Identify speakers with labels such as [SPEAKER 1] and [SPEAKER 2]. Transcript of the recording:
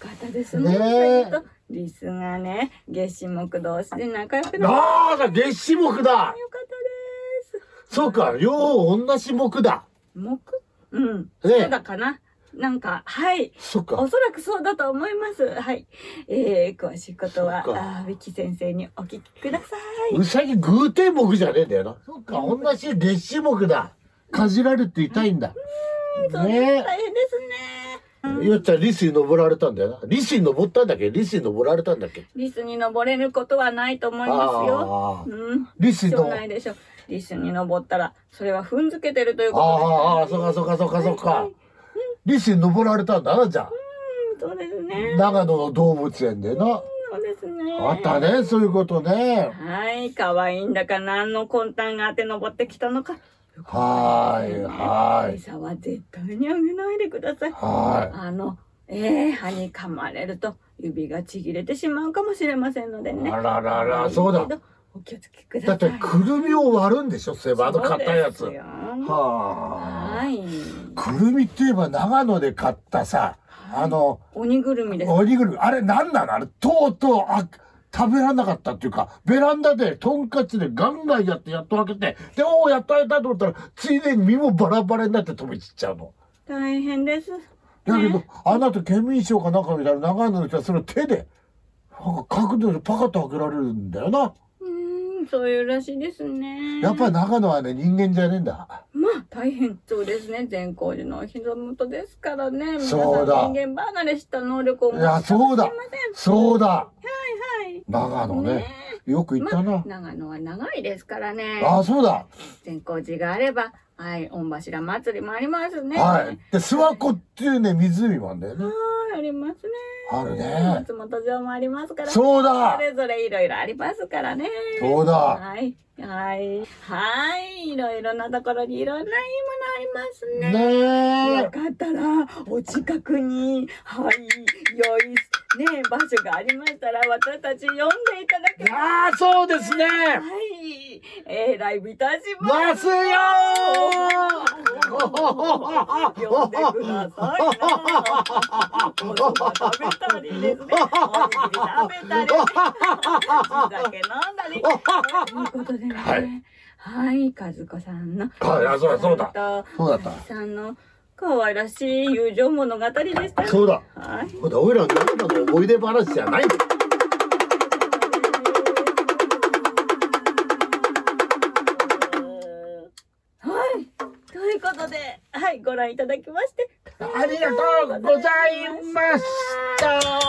[SPEAKER 1] ね
[SPEAKER 2] それとリスがね月下木同士で仲良くなよか
[SPEAKER 1] ああだ、月死木だ
[SPEAKER 2] ったです
[SPEAKER 1] そうか、両方同じ木だ
[SPEAKER 2] 木うん、そう
[SPEAKER 1] ね
[SPEAKER 2] だかななんかはい
[SPEAKER 1] そっか
[SPEAKER 2] お。そらくそうだと思いますはいえー、詳しいことは
[SPEAKER 1] そっか
[SPEAKER 2] あーウィキ先生にお聞きくださいう
[SPEAKER 1] さぎ偶天木じゃねえんだよな。そっか、同じ月死木だかじられて痛いんだ。
[SPEAKER 2] そうです
[SPEAKER 1] ね
[SPEAKER 2] 大変ですね
[SPEAKER 1] え。よっちゃん、リスに登られたんだよな。リスに登ったんだっけリスに登られたんだっけ
[SPEAKER 2] リスに登れることはないと思いますよ。
[SPEAKER 1] ああ
[SPEAKER 2] うん。
[SPEAKER 1] リス
[SPEAKER 2] しょう
[SPEAKER 1] の。
[SPEAKER 2] ないでしょ。リスに登ったら、それは踏んづけてるという
[SPEAKER 1] あ
[SPEAKER 2] ことですから
[SPEAKER 1] あああ、そっかそっかそっかそ
[SPEAKER 2] は
[SPEAKER 1] っ
[SPEAKER 2] い
[SPEAKER 1] か
[SPEAKER 2] はい。
[SPEAKER 1] リスに登られたんだな、じゃあ。
[SPEAKER 2] うんそうですね。
[SPEAKER 1] 長野の動物園でな。
[SPEAKER 2] そうですね。
[SPEAKER 1] あったね、そういうことね。
[SPEAKER 2] はい、可愛いんだか何の魂胆があって登ってきたのか。
[SPEAKER 1] はーい、はーい、
[SPEAKER 2] 餌は絶対にあげないでください。
[SPEAKER 1] は
[SPEAKER 2] あの、えー、歯に噛まれると指がちぎれてしまうかもしれませんので
[SPEAKER 1] い。
[SPEAKER 2] ね。
[SPEAKER 1] あららら、そうだ。。
[SPEAKER 2] お気をつけくだ
[SPEAKER 1] だっ
[SPEAKER 2] さ
[SPEAKER 1] て
[SPEAKER 2] い。、
[SPEAKER 1] くるみを割るんでしょ、そういえば、あ
[SPEAKER 2] そ
[SPEAKER 1] の
[SPEAKER 2] う
[SPEAKER 1] 買ったやつ。
[SPEAKER 2] です
[SPEAKER 1] は
[SPEAKER 2] よ
[SPEAKER 1] あ。
[SPEAKER 2] はい。
[SPEAKER 1] くるみって言えば長野で買ったさ、あの、
[SPEAKER 2] 鬼ぐるみです。
[SPEAKER 1] おにぐるみ、あれなんなのあれ、とうとう、あ、食べられなかったっていうか、ベランダでトンカツでガンガンやってやっと開けて、で、おお、やったやったと思ったら、ついでに身もバラバラになって飛び散っちゃうの。
[SPEAKER 2] 大変です。
[SPEAKER 1] だけど
[SPEAKER 2] ね、
[SPEAKER 1] あなた県民賞かなんかみたいな長いのにはその手で、なんか角度でパカッと開けられるんだよな。
[SPEAKER 2] うーん、そういうらしいですね。
[SPEAKER 1] やっぱり長野はね、人間じゃねえんだ。
[SPEAKER 2] まあ、大変そうですね。善光寺のお膝元ですからね。皆さん
[SPEAKER 1] そうだ
[SPEAKER 2] 人間離れした能力をお
[SPEAKER 1] い
[SPEAKER 2] 持ち
[SPEAKER 1] や、
[SPEAKER 2] か
[SPEAKER 1] そ
[SPEAKER 2] もしれ
[SPEAKER 1] うだ
[SPEAKER 2] ません。
[SPEAKER 1] そうだ
[SPEAKER 2] はい。
[SPEAKER 1] 長野ね。よく行ったな。
[SPEAKER 2] 長野は長いですからね。
[SPEAKER 1] あ、そうだ。
[SPEAKER 2] 善光寺があれば、はい、御柱祭りもありますね。
[SPEAKER 1] はい。で、諏訪湖っていうね、湖もあるんだよね。
[SPEAKER 2] はいありますね。
[SPEAKER 1] あるね。
[SPEAKER 2] 松本城もありますから。
[SPEAKER 1] そうだ
[SPEAKER 2] それぞれいろいろありますからね。
[SPEAKER 1] そうだ。
[SPEAKER 2] はい。はい。はい。いろいろなところにいろんないいものありますね。
[SPEAKER 1] ねえ
[SPEAKER 2] よ。かったら、お近くに、はい、よい、ね、場所がありましたら、私たち読んでいただけます。
[SPEAKER 1] ああ、そうですね。
[SPEAKER 2] はい、えー、ライブいたしま。
[SPEAKER 1] ますすよ
[SPEAKER 2] 読んでくださいな。お蕎麦食べたりですね。おにぎり食べたり、酒飲 んだり。ということでね、
[SPEAKER 1] は
[SPEAKER 2] はいい、はい、和子さんの。
[SPEAKER 1] はいあそうだそうだ
[SPEAKER 2] だ。
[SPEAKER 1] そうだった。
[SPEAKER 2] さんの可愛らしい友情物語でした。
[SPEAKER 1] そうだ。
[SPEAKER 2] はい。
[SPEAKER 1] そうだ、おいら長野の思い出話じゃないんだよ
[SPEAKER 2] はい。ということで、はい、ご覧いただきまして、
[SPEAKER 1] ありがとうございました。